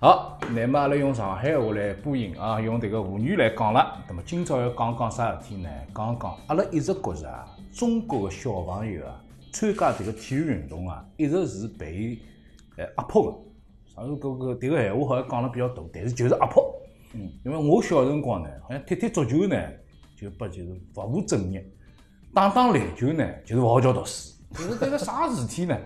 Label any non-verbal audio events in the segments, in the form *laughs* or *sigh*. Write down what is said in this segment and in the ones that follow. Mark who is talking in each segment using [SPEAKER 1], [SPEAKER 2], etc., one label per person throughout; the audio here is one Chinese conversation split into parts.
[SPEAKER 1] 好，那么阿拉用上海话来播音啊，用迭个沪语来讲了。那么今朝要讲讲啥事体呢？讲讲阿拉一直觉着啊，中国个小朋友啊，参加迭个体育运动啊，一直是被呃压迫个。上头搿个迭个闲话好像讲了比较大，但是就是压迫。嗯，因为我小辰光呢，好像踢踢足球呢，就不就是不务正业；打打篮球呢，就是勿好叫读书。就是迭个啥事体呢？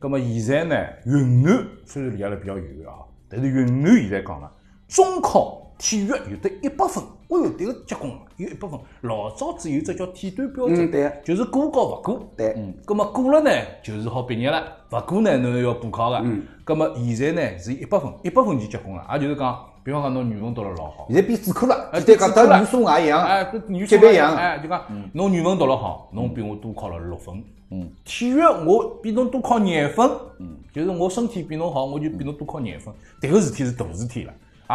[SPEAKER 1] 葛么现在呢，云南虽然离阿拉比较远啊，但是云南现在讲了，中考体育有得一百分，哎哟，迭个结棍啊，有一百分。老早子有只叫体锻标准，
[SPEAKER 2] 嗯对
[SPEAKER 1] 就是过高勿过。
[SPEAKER 2] 对
[SPEAKER 1] 嗯，葛么过了呢，就是好毕业了；勿过呢，侬要补考个。嗯，葛么现在呢是一百分，一百分就结棍了，也就是讲，比方讲侬语文读了老好，
[SPEAKER 2] 现在变主科了，
[SPEAKER 1] 哎
[SPEAKER 2] 就对讲
[SPEAKER 1] 变主科了
[SPEAKER 2] 跟语数外一
[SPEAKER 1] 哎，
[SPEAKER 2] 样，
[SPEAKER 1] 跟女
[SPEAKER 2] 级
[SPEAKER 1] 生
[SPEAKER 2] 别一样，
[SPEAKER 1] 哎，就讲侬语文读了好，侬比我多考了六分。嗯，体育我比侬多考廿分。嗯，就是我身体比侬好，我就比侬多考廿分。迭个事体是大事体了，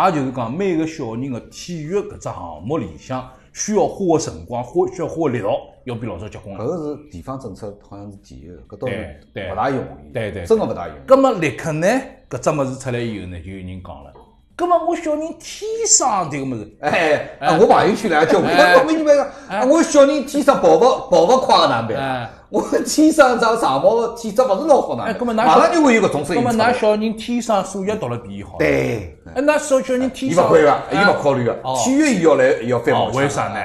[SPEAKER 1] 也就是讲每个小人的体育搿只项目里向需要花的辰光、花需要花的力道，要比老早结棍了。
[SPEAKER 2] 搿个是地方政策，好像是第一个，搿倒是
[SPEAKER 1] 对对
[SPEAKER 2] 勿大容易，
[SPEAKER 1] 对对
[SPEAKER 2] 真个勿大容易。
[SPEAKER 1] 葛么立刻呢，搿只物事出来以后呢，就有人讲了，葛么我小人天生迭个物事，
[SPEAKER 2] 哎，啊我朋友圈来叫我，
[SPEAKER 1] 哎
[SPEAKER 2] 我跟你们讲，啊我小人天生跑勿跑勿快个难
[SPEAKER 1] 哎
[SPEAKER 2] 办，我天生长长毛体质勿是老好
[SPEAKER 1] 哎
[SPEAKER 2] 难
[SPEAKER 1] 葛末
[SPEAKER 2] 办，
[SPEAKER 1] 㑚
[SPEAKER 2] 马
[SPEAKER 1] 小
[SPEAKER 2] 上就会有搿种声
[SPEAKER 1] 葛
[SPEAKER 2] 音
[SPEAKER 1] 么
[SPEAKER 2] 出
[SPEAKER 1] 㑚
[SPEAKER 2] 来。
[SPEAKER 1] 小人天生数学读了比伊好。
[SPEAKER 2] 对，
[SPEAKER 1] 哎，那小小人天
[SPEAKER 2] 伊
[SPEAKER 1] 生
[SPEAKER 2] 勿管个，伊勿考虑个
[SPEAKER 1] 哦，
[SPEAKER 2] 体育伊要来伊要翻
[SPEAKER 1] 哦
[SPEAKER 2] 毛，腔
[SPEAKER 1] 为啥呢？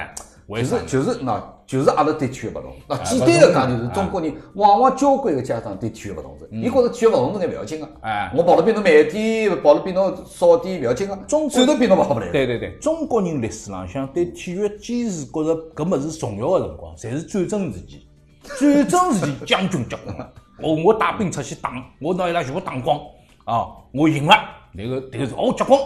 [SPEAKER 1] 为
[SPEAKER 2] 就
[SPEAKER 1] 啥呢？
[SPEAKER 2] 是就是喏，就是阿拉对体育勿同。那
[SPEAKER 1] 哎
[SPEAKER 2] 简单个讲
[SPEAKER 1] 勿
[SPEAKER 2] 就
[SPEAKER 1] 同
[SPEAKER 2] 是，中国人往往交关个家长对体育勿重视，伊觉着体育勿重视眼勿要紧个。
[SPEAKER 1] 哎
[SPEAKER 2] 我跑了比侬慢点，跑了比侬少点勿要紧个，
[SPEAKER 1] 中国
[SPEAKER 2] 战斗比侬勿好勿来个。
[SPEAKER 1] 对对对，中国人历史浪向对体育坚持，觉着搿物事重要个辰光，侪是战争时期。 *laughs* 战争时期将军结棍了，我我带兵出去打，我拿伊拉全部打光啊，我赢了，那个迭个是哦结棍。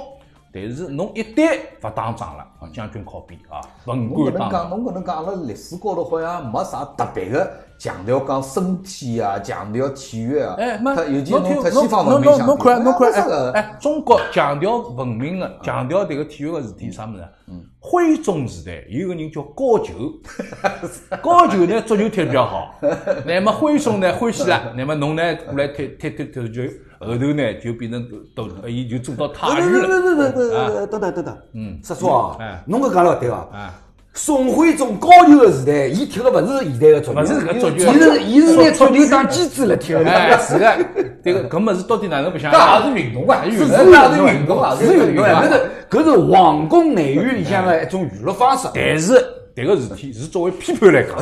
[SPEAKER 1] 但是侬一旦勿打仗了，啊将军靠边啊，文
[SPEAKER 2] 侬搿
[SPEAKER 1] 官
[SPEAKER 2] 能
[SPEAKER 1] 当
[SPEAKER 2] 讲，
[SPEAKER 1] 道。
[SPEAKER 2] 侬搿能讲，阿拉历史高头好像没啥特别个强调讲身体啊，强调体育啊。
[SPEAKER 1] 哎，没，
[SPEAKER 2] 它尤其
[SPEAKER 1] 侬听
[SPEAKER 2] 侬
[SPEAKER 1] 侬
[SPEAKER 2] 特西方文
[SPEAKER 1] 侬
[SPEAKER 2] 明
[SPEAKER 1] 侬
[SPEAKER 2] 相
[SPEAKER 1] 侬
[SPEAKER 2] 比
[SPEAKER 1] 看侬看，
[SPEAKER 2] 没啥个
[SPEAKER 1] 哎哎，中国强调文明的，强调迭个体育个事体啥物事啊？徽宗时代有个人叫高俅，高俅呢足球踢得比较好，那么徽宗呢欢喜了，那么侬呢过来踢踢踢踢足球，后头呢就变成都，伊就做到太
[SPEAKER 3] 对
[SPEAKER 1] 原
[SPEAKER 3] 对
[SPEAKER 1] 了。
[SPEAKER 3] 对对对对，等等等等，嗯，石叔
[SPEAKER 1] 哎
[SPEAKER 3] 啊，侬搿讲了对
[SPEAKER 1] 啊
[SPEAKER 3] 伐？宋徽宗高俅个时代，伊踢个勿是现在个足球，
[SPEAKER 1] 勿是搿个足球
[SPEAKER 3] 伊是伊是拿足球当机子来踢个，
[SPEAKER 1] 哎，是个，迭个搿物事到底哪能白相？
[SPEAKER 2] 搿也是运动啊，
[SPEAKER 3] 是
[SPEAKER 1] 哎
[SPEAKER 2] 搿也是运动啊，
[SPEAKER 3] 是
[SPEAKER 2] 搿也
[SPEAKER 3] 运动
[SPEAKER 2] 啊
[SPEAKER 3] 啊，搿是搿是皇宫内院里向个一种娱乐方式。
[SPEAKER 1] 但是迭个事体是作为批判来
[SPEAKER 3] *laughs*
[SPEAKER 1] 讲，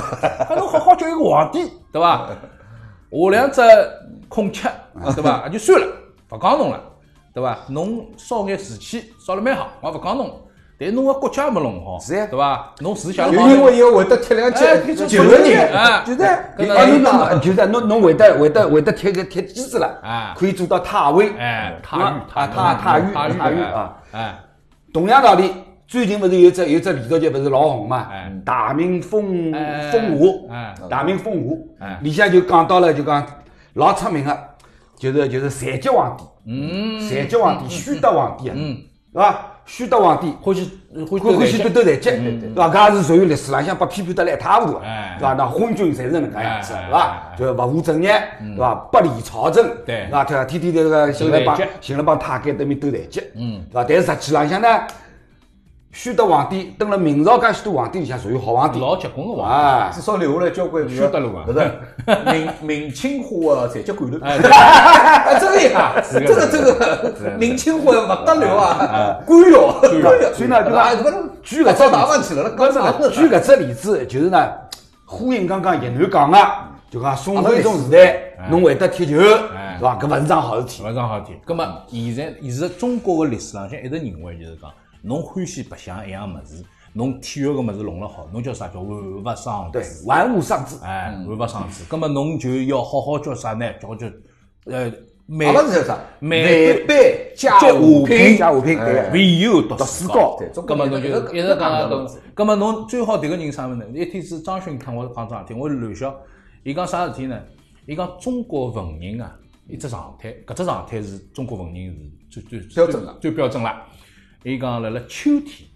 [SPEAKER 1] 那侬好好叫一个皇帝，对伐？下两只孔雀，对伐？也就算了，勿讲侬了，对伐？侬烧眼士气，烧了蛮好，我也勿讲侬了。但侬个国家也没弄好，
[SPEAKER 3] 是呀啊
[SPEAKER 1] 对伐？侬思想
[SPEAKER 2] 就因为伊会得踢两
[SPEAKER 1] 哎踢足
[SPEAKER 2] 脚，
[SPEAKER 1] 球
[SPEAKER 2] 九个人
[SPEAKER 1] 哎。
[SPEAKER 3] 就是，
[SPEAKER 1] 搿
[SPEAKER 3] 哎，侬侬就是侬侬会得会得会得贴个贴机子了，
[SPEAKER 1] 啊
[SPEAKER 3] 可以做到踏位，
[SPEAKER 1] 哎，
[SPEAKER 3] 踏
[SPEAKER 1] 塔玉，
[SPEAKER 3] 啊，踏踏
[SPEAKER 1] 塔
[SPEAKER 3] 玉，
[SPEAKER 1] 塔
[SPEAKER 3] 踏
[SPEAKER 1] 玉
[SPEAKER 3] 玉啊。，
[SPEAKER 1] 哎，
[SPEAKER 3] 同样道理，最近不是有只有只连续剧不是老红嘛
[SPEAKER 1] 哎？
[SPEAKER 3] 大明风
[SPEAKER 1] 哎
[SPEAKER 3] 风华
[SPEAKER 1] 哎，
[SPEAKER 3] 大明风
[SPEAKER 1] 哎
[SPEAKER 3] 华，里向就讲到了，就讲老出名的，就是就是禅教皇帝，嗯，禅教皇帝，宣德皇帝啊，嗯，是吧？宣德皇帝
[SPEAKER 1] 欢喜欢喜
[SPEAKER 3] 欢欢喜斗
[SPEAKER 1] 斗
[SPEAKER 3] 斗残疾，对吧？搿也是属于历史浪向被批判得来一塌糊涂的
[SPEAKER 1] 哎，
[SPEAKER 3] 对吧？那昏君侪是能介样子的，
[SPEAKER 1] 哎
[SPEAKER 3] 是吧
[SPEAKER 1] 哎？
[SPEAKER 3] 就是勿务正业，对吧？不理朝政，
[SPEAKER 1] 对
[SPEAKER 3] 是吧？天天这个寻了帮
[SPEAKER 1] 斗残疾
[SPEAKER 3] 寻了帮太监对面斗残疾，嗯，对吧？但是实际浪向呢，宣德皇帝登了明朝介许多皇帝里向属于好皇帝，
[SPEAKER 1] 老结棍个皇帝。
[SPEAKER 3] 啊，
[SPEAKER 2] 至少留下来交关
[SPEAKER 1] 晓得了嘛
[SPEAKER 2] 勿是明明清化的残疾管头，
[SPEAKER 1] 哎
[SPEAKER 2] 哎，真的呀，这
[SPEAKER 1] 的
[SPEAKER 2] 个这个明清化勿得了啊，官僚，官僚，
[SPEAKER 3] 所以呢就讲
[SPEAKER 2] 哎，这个
[SPEAKER 3] 举个
[SPEAKER 2] 早打扮起来了，搞啥子？
[SPEAKER 3] 举搿只例子，就是呢，呼应刚刚叶楠讲个，就讲宋徽宗时代，侬会得踢球，
[SPEAKER 1] 哎
[SPEAKER 3] 对伐？搿勿是桩好事体。
[SPEAKER 1] 勿是桩好事体。葛末
[SPEAKER 2] 嗯
[SPEAKER 1] 现在现在中国个历史浪向一直认为就是讲，侬欢喜白相一样物事，侬体育个物事弄了好，侬叫啥叫玩物丧
[SPEAKER 3] 对
[SPEAKER 1] 志，，
[SPEAKER 3] 玩物丧志。
[SPEAKER 1] 哎，
[SPEAKER 2] 嗯
[SPEAKER 1] 玩物丧志。葛末侬就要好好叫啥呢？叫叫呃，美
[SPEAKER 2] 阿拉是叫啥？
[SPEAKER 1] 美
[SPEAKER 2] 杯加
[SPEAKER 1] 加
[SPEAKER 2] 五
[SPEAKER 1] 五
[SPEAKER 2] 品
[SPEAKER 1] 品，
[SPEAKER 3] 加五品对
[SPEAKER 2] 哎
[SPEAKER 1] 唯有读书高
[SPEAKER 2] 对中。
[SPEAKER 1] 葛
[SPEAKER 2] 国
[SPEAKER 1] 末
[SPEAKER 2] 人
[SPEAKER 1] 侬就
[SPEAKER 2] 搿个
[SPEAKER 1] 一
[SPEAKER 2] 搿
[SPEAKER 1] 直
[SPEAKER 2] 个
[SPEAKER 1] 讲
[SPEAKER 2] 讲
[SPEAKER 1] 到
[SPEAKER 2] 到死。
[SPEAKER 1] 葛末侬最好迭个人啥物事呢？一天是张勋跟我讲桩事体，我乱笑。伊讲啥事体呢？伊讲中国文人啊，一只常态，搿只常态是中国文人是最最
[SPEAKER 2] 标准的嗯
[SPEAKER 1] 最标准了。伊讲辣辣秋天，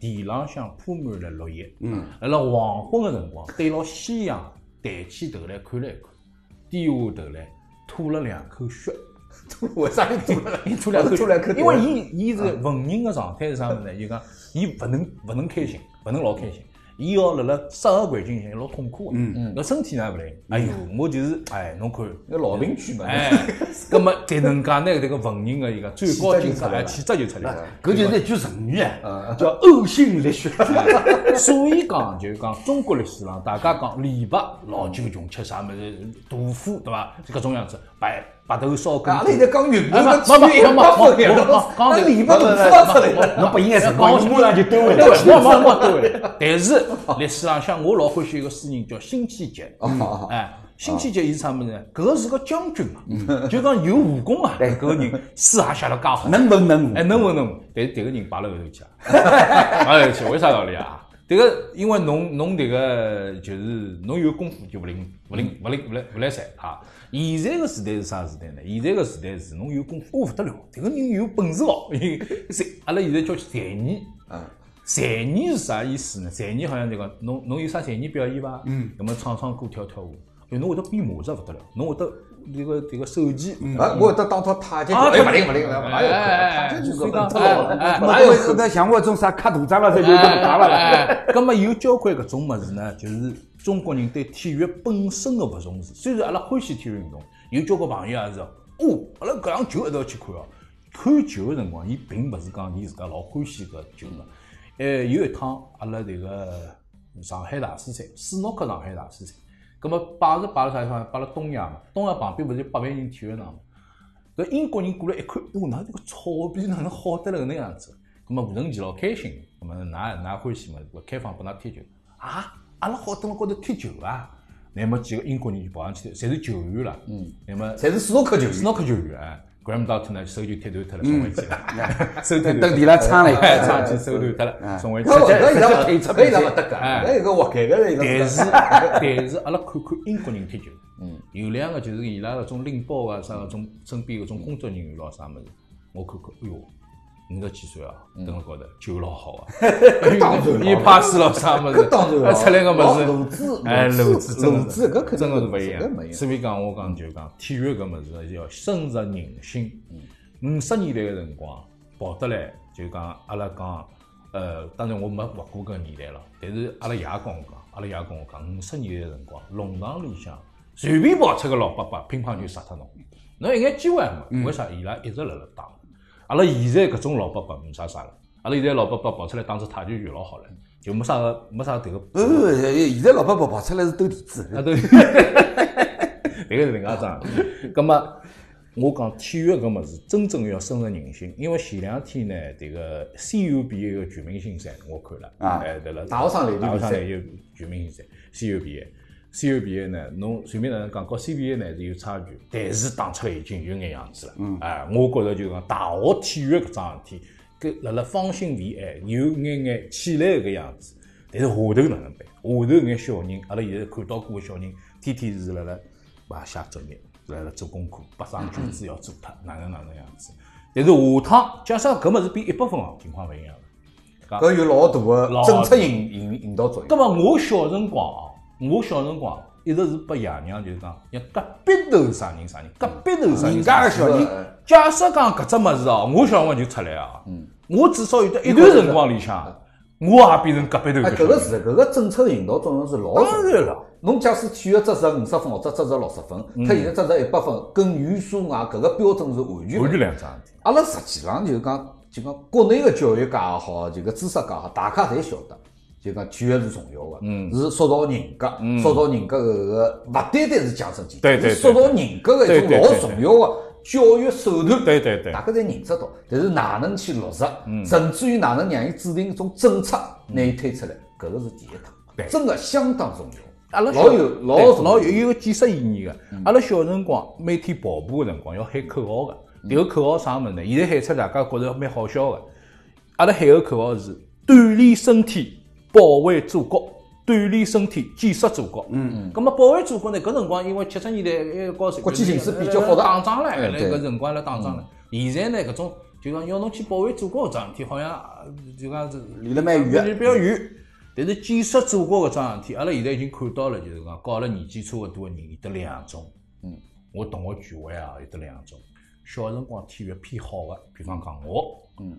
[SPEAKER 1] 地浪向铺满了绿叶，辣辣黄昏个辰光，对牢夕阳抬起头来看了一看，低下头来吐了两口血，
[SPEAKER 2] 为啥又吐了？
[SPEAKER 1] 伊吐两口，
[SPEAKER 2] 吐两口
[SPEAKER 1] 因为伊伊是文人个状态是啥物事呢？伊讲伊勿能勿能开心，勿能老开心，伊要辣辣适合环境下老痛苦个，嗯，搿身体呢勿来。哎哟，我就是哎，侬看，
[SPEAKER 2] 那老邻居嘛，
[SPEAKER 1] *laughs* 哎，葛末才能介拿迭个文人个伊个最高境界，哎，气质就出来了。
[SPEAKER 3] 搿就是一句成语啊，叫呕心沥血。
[SPEAKER 1] *laughs* 哎所以讲，就是讲中国历史上，大家讲李白老九穷吃啥物事，杜甫对伐？搿种样子，白白头烧
[SPEAKER 2] 阿
[SPEAKER 1] 根。
[SPEAKER 2] 拉现在讲云
[SPEAKER 1] 哎
[SPEAKER 2] 南的
[SPEAKER 1] 不不
[SPEAKER 2] 吃云
[SPEAKER 1] 不
[SPEAKER 2] 八
[SPEAKER 1] 不
[SPEAKER 2] 分的，
[SPEAKER 1] 不不刚才
[SPEAKER 2] 那里边都
[SPEAKER 1] 不
[SPEAKER 2] 知
[SPEAKER 1] 不
[SPEAKER 2] 道出来了。
[SPEAKER 3] 侬拨伊眼辰光，伊马上就兜回来
[SPEAKER 1] 对，
[SPEAKER 3] 了。
[SPEAKER 1] 我没没对 *laughs* 但是历史上像我老欢喜一个诗人叫辛弃 *laughs* 疾，哎，辛弃疾伊是啥物事呢？搿个是个将军嘛，就讲有武功啊，嗯搿个 *laughs* 人诗也写了介好，
[SPEAKER 3] 能文能武
[SPEAKER 1] 哎，，能文能武，但是迭个人摆辣后头去了，摆后头去，为啥道理啊？迭个因为侬侬迭个就是侬有功夫就勿灵勿灵勿灵勿来勿来塞啊！现在个时代是啥时代呢？现在个时代是侬有功夫哦勿得了，迭个人有本事 *laughs* 哦，伊谁阿拉现在叫才艺
[SPEAKER 2] 啊
[SPEAKER 1] 才艺是啥意思呢？才艺好像就讲侬侬有啥才艺表演伐？嗯，那么唱唱歌、跳跳舞，就侬会得变魔术勿得了，侬会得迭个迭个手技，
[SPEAKER 2] 啊，我得当套太极拳，
[SPEAKER 1] 啊
[SPEAKER 2] 哎，不灵不灵，哪有可能？
[SPEAKER 1] 哎
[SPEAKER 2] 太极拳
[SPEAKER 1] 所以
[SPEAKER 2] 搿
[SPEAKER 1] 讲
[SPEAKER 2] 不老
[SPEAKER 1] 哎 *laughs* 哎
[SPEAKER 2] 了，
[SPEAKER 3] 哪
[SPEAKER 2] 哪有
[SPEAKER 3] 有
[SPEAKER 2] 可
[SPEAKER 3] 可
[SPEAKER 2] 能？
[SPEAKER 3] 能像我这种啥卡肚子了，这就
[SPEAKER 1] 哎
[SPEAKER 3] 肚大了了？
[SPEAKER 1] 哎，咁么有交关搿种物事呢，就是中国人对体育本身的勿重视。虽然阿拉欢喜体育运动，有交关朋友也是哦，阿拉搿场球一道去看哦。看球个辰光，伊并勿是讲伊自家老欢喜搿球个。呃，有一趟阿拉迭个上海大师赛，斯诺克上海大师赛，葛么摆是摆辣啥地方？摆辣东亚嘛，东亚旁边勿是有八万人体育场嘛？搿英国人过来一看，哦，哪这个草皮哪能好得了搿能样子？葛末吴承奇老开心，葛末㑚㑚欢喜嘛？我开放拨㑚踢球啊！阿拉好蹲辣高头踢球啊！乃末几个英国人就跑上去，侪是球员啦。嗯，乃末
[SPEAKER 2] 侪是斯诺克球
[SPEAKER 1] 斯
[SPEAKER 2] 员，
[SPEAKER 1] 诺克球员啊，Graham Dott 呢手就踢断脱了，送回去 *laughs* 了。手踢
[SPEAKER 3] 等
[SPEAKER 1] 断
[SPEAKER 3] 地，拉撑了一
[SPEAKER 1] 哎，上
[SPEAKER 3] 下，
[SPEAKER 1] 去手断脱了，送回去
[SPEAKER 2] 搿。勿搿伊拉
[SPEAKER 3] 直接退出
[SPEAKER 2] 勿搿伊拉勿得
[SPEAKER 1] 哎
[SPEAKER 2] 搿，搿一个活该，搿 *laughs* 伊拉
[SPEAKER 1] 但
[SPEAKER 2] 勿
[SPEAKER 1] 是但是阿拉看看英国人踢球，嗯，有两个就是伊拉搿种拎包啊啥搿种身边搿种工作人员咯啥物事，我看看，哎哟。五十几岁啊，蹲辣高头，酒老好
[SPEAKER 2] *laughs*
[SPEAKER 1] 啊，
[SPEAKER 2] 嗯当然
[SPEAKER 1] *laughs*
[SPEAKER 2] 了
[SPEAKER 1] 伊 pass 了啥物事，
[SPEAKER 2] 搿当然了
[SPEAKER 1] 啊出来个物事，
[SPEAKER 2] 老路子
[SPEAKER 1] 哎，
[SPEAKER 2] 路
[SPEAKER 1] 路
[SPEAKER 2] 子
[SPEAKER 1] 子真的是
[SPEAKER 2] 路子搿肯定
[SPEAKER 1] 真的是
[SPEAKER 2] 路
[SPEAKER 1] 勿
[SPEAKER 2] 子
[SPEAKER 1] 一
[SPEAKER 2] 搿没
[SPEAKER 1] 样。
[SPEAKER 2] 有
[SPEAKER 1] 所以讲我讲就讲体育搿物事要深入人心。
[SPEAKER 2] 嗯
[SPEAKER 1] 五十年代个辰光跑得来，就讲阿拉讲，呃，当然我没活过搿年代了，但是阿拉爷跟我讲，阿拉爷跟我讲，五十年代个辰光，农场里向随便跑出个老伯伯，乒乓球杀脱侬，侬一眼机会也
[SPEAKER 2] 嗯
[SPEAKER 1] 没。为啥？伊拉一直辣辣打。阿拉现在搿种老伯伯没啥啥了，阿拉现在老伯伯跑出来打只太极拳老好了，就没啥个没啥迭个
[SPEAKER 3] 不不不，现在老伯伯跑出来是斗地主。
[SPEAKER 1] 啊 *laughs* 对，迭个是另外一桩。葛末我讲体育搿物事真正要深入人心，因为前两天呢，迭个 CUBA 个全明星赛我看了，
[SPEAKER 3] 啊
[SPEAKER 1] 哎对了，
[SPEAKER 2] 大学生篮球
[SPEAKER 1] 大学生
[SPEAKER 2] 比赛
[SPEAKER 1] 篮球全明星赛 CUBA。CUBA 呢，侬随便哪能讲，和 CBA 呢是有差距，但是打出来已经有眼样子了。嗯，哎，我觉着就讲大学体育搿桩事体，搿辣辣方兴未艾，有眼眼起来搿样子。但是下头哪能办？下头眼小人，阿拉现在看到过个小人，天天是辣辣哇写作业，辣辣做功课，八张卷子要做脱，哪能哪能样子？但是下趟假设搿物事变一百分哦，情况勿一样了。
[SPEAKER 2] 搿有老大
[SPEAKER 1] 老
[SPEAKER 2] 个政策引引引导作用。
[SPEAKER 1] 葛么我小辰光哦，我小辰光一直是拨爷娘就是讲，像隔壁头啥人啥人，隔壁头啥人啥人。
[SPEAKER 3] 人家个小人，
[SPEAKER 1] 假设讲搿只物事哦，我小辰光就出来啊，
[SPEAKER 2] 嗯
[SPEAKER 1] 我至少有得一段辰光里向，我也变成隔壁头
[SPEAKER 2] 哎，
[SPEAKER 1] 搿
[SPEAKER 2] 搿
[SPEAKER 1] 小
[SPEAKER 2] 个
[SPEAKER 1] 人。
[SPEAKER 2] 是的搿个政策引导作用是老
[SPEAKER 1] 当
[SPEAKER 2] 重要
[SPEAKER 1] 然
[SPEAKER 2] 的。
[SPEAKER 1] 了，嗯
[SPEAKER 2] 侬假使体育只值五十分或者只值六十分，他现在只值一百分，跟语数外搿个标准是完全勿一样
[SPEAKER 1] 完全两桩事体。
[SPEAKER 2] 阿拉实际上就讲，就讲国内个教育界也好，就搿知识界也好，大家侪晓得，就讲体育是重要个，
[SPEAKER 1] 嗯
[SPEAKER 2] 是塑造人格，塑造人格搿个勿单单是讲身体，
[SPEAKER 1] 对对
[SPEAKER 2] 是塑造人格个一
[SPEAKER 1] 对
[SPEAKER 2] 种
[SPEAKER 1] 对
[SPEAKER 2] 老
[SPEAKER 1] 对
[SPEAKER 2] 重要个教育手段。
[SPEAKER 1] 对对对嗯
[SPEAKER 2] 大家侪认识到，但是哪能去落实，甚至于哪能让伊制定一种政策，拿伊推出来，搿个是第一
[SPEAKER 1] 对
[SPEAKER 2] 趟，真个相当重要。
[SPEAKER 1] 阿拉
[SPEAKER 2] 老
[SPEAKER 1] 小
[SPEAKER 2] 有老
[SPEAKER 1] 对
[SPEAKER 2] 重要嗯
[SPEAKER 1] 老有有个建设意义个。阿拉小辰光每天跑步个辰光要喊口号个，
[SPEAKER 2] 嗯
[SPEAKER 1] 迭个口号啥物事呢？现在喊出大家觉着蛮好笑个。阿拉喊个口号是锻炼身体，保卫祖国。锻炼身体，建设祖国。嗯嗯。咁么，保卫祖国呢？搿辰光因为七十年代呃高呃
[SPEAKER 2] 国际形势比较复杂
[SPEAKER 1] 打仗
[SPEAKER 2] 哎
[SPEAKER 1] 唻，那
[SPEAKER 2] 对嗯
[SPEAKER 1] 个辰光辣打仗了。现在呢，搿种就讲要侬去保卫祖国搿桩事体，好像呃就讲是
[SPEAKER 3] 离得蛮远
[SPEAKER 1] 离得比较远。但是建设祖国搿桩事体，阿拉现在已经看到了，就是讲跟阿拉年纪差勿多个人有得两种。嗯，我同学聚会啊，有得两种，小辰光体育偏好的，比方讲我，嗯，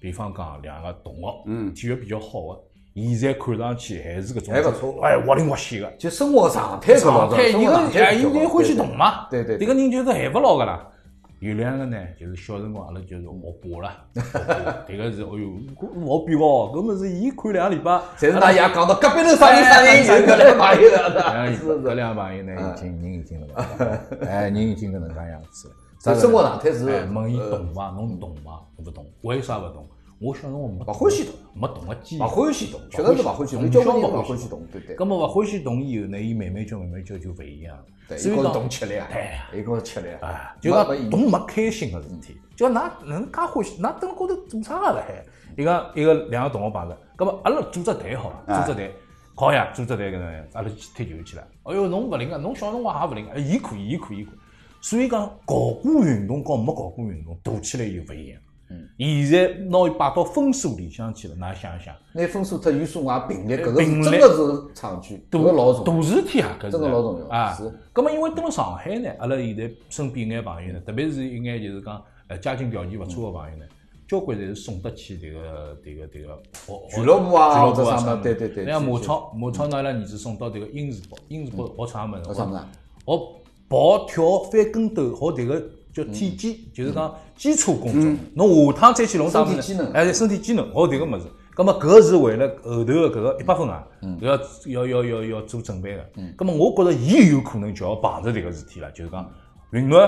[SPEAKER 1] 比方讲两个同学，嗯，体育比较好的，现在看上去还是搿种，
[SPEAKER 2] 还不错
[SPEAKER 1] 哎，活灵活现的。
[SPEAKER 2] 就生活常态搿老
[SPEAKER 1] 状
[SPEAKER 2] 早，
[SPEAKER 1] 态，
[SPEAKER 2] 生
[SPEAKER 1] 一
[SPEAKER 2] 活
[SPEAKER 1] 个
[SPEAKER 2] 常态
[SPEAKER 1] 哎，
[SPEAKER 2] 比较
[SPEAKER 1] 一个
[SPEAKER 2] 好
[SPEAKER 1] 欢喜动嘛，
[SPEAKER 2] 对对对
[SPEAKER 1] 迭个人就是害勿牢个啦。有两个呢，就是小辰光阿拉就是恶霸啦，
[SPEAKER 2] *laughs*
[SPEAKER 1] 恶霸迭个是哎哟，我老比哦，搿么是伊看两个礼拜，
[SPEAKER 2] 侪是大爷讲到隔壁头啥人啥人有搿
[SPEAKER 1] *laughs*
[SPEAKER 2] 来买一个，
[SPEAKER 1] 哎，
[SPEAKER 2] *laughs* 是哎不
[SPEAKER 1] 搿
[SPEAKER 2] 是？
[SPEAKER 1] 两个朋友呢，已经人已经了嘛， *laughs* 哎，人已经搿能介样子
[SPEAKER 2] *laughs*
[SPEAKER 1] 了。
[SPEAKER 2] 所以生活常态是呃
[SPEAKER 1] 哎问伊懂伐？侬懂伐？侬勿懂，为啥勿懂？我小辰光没
[SPEAKER 2] 勿欢喜动，
[SPEAKER 1] 没懂个机
[SPEAKER 2] 勿
[SPEAKER 1] 会。
[SPEAKER 2] 欢喜动，确实是勿欢喜动，交关人勿欢喜动，对对
[SPEAKER 1] 葛。末勿欢喜动以后呢，伊慢慢叫慢慢叫就勿一样了。
[SPEAKER 2] 对，
[SPEAKER 1] 所
[SPEAKER 2] 一
[SPEAKER 1] 以
[SPEAKER 2] 个是
[SPEAKER 1] 讲
[SPEAKER 2] 动吃力啊，
[SPEAKER 1] 哎呀
[SPEAKER 2] 一个是吃力
[SPEAKER 1] 啊
[SPEAKER 2] 啊，，
[SPEAKER 1] 就
[SPEAKER 2] 没没
[SPEAKER 1] 讲
[SPEAKER 2] 意
[SPEAKER 1] 动没开心个事体，就讲㑚哪能介欢喜，㑚蹲高头做啥个了海？一个一个两个同学碰着，葛末阿拉组织队好
[SPEAKER 2] 哎
[SPEAKER 1] 伐？组织队好呀，组织队搿能样，阿拉去踢球去了。哎哟，侬勿灵个，侬小辰光也勿灵个，哎伊可以，伊可以，伊可以。所以讲搞过运动和没搞过运动，大起来又勿一样。嗯，现在拿伊摆到分数里向去了，㑚想一想，
[SPEAKER 2] 拿分数和语数外并列，搿个
[SPEAKER 1] 并
[SPEAKER 2] 是
[SPEAKER 1] 列
[SPEAKER 2] 真的是差距，搿个老重要。
[SPEAKER 1] 大事体啊，搿是
[SPEAKER 2] 真的老重要
[SPEAKER 1] 啊。
[SPEAKER 2] 是。
[SPEAKER 1] 咁么，因为蹲辣上海呢，阿拉现在身边一眼朋友呢，特别是一眼就是讲呃家境条件勿错个朋友
[SPEAKER 2] 嗯
[SPEAKER 1] 呢，交关侪是送得起迭个迭个迭个学
[SPEAKER 2] 俱乐部啊
[SPEAKER 1] 俱乐
[SPEAKER 2] 或
[SPEAKER 1] 部
[SPEAKER 2] 者
[SPEAKER 1] 啊
[SPEAKER 2] 啥么
[SPEAKER 1] 啥么
[SPEAKER 2] 对对对
[SPEAKER 1] 人家
[SPEAKER 2] 是
[SPEAKER 1] 马
[SPEAKER 2] 是
[SPEAKER 1] 超马超拿伊拉儿子送到迭个英士堡，英士堡学啥物事？
[SPEAKER 2] 学啥物事啊
[SPEAKER 1] 学跑、跳、翻跟斗，学迭个叫
[SPEAKER 2] 嗯
[SPEAKER 1] 体检，就是讲基础工作。侬下趟再去弄啥物
[SPEAKER 2] 身体机
[SPEAKER 1] 事
[SPEAKER 2] 能？
[SPEAKER 1] 哎，身体机能，学迭个物事。咁么搿是为了后头的搿个一百分啊，
[SPEAKER 2] 嗯
[SPEAKER 1] 要要要要要做准备的。咁么我觉着伊有可能就要碰着迭个事体了，就是
[SPEAKER 2] 嗯
[SPEAKER 1] 讲云南，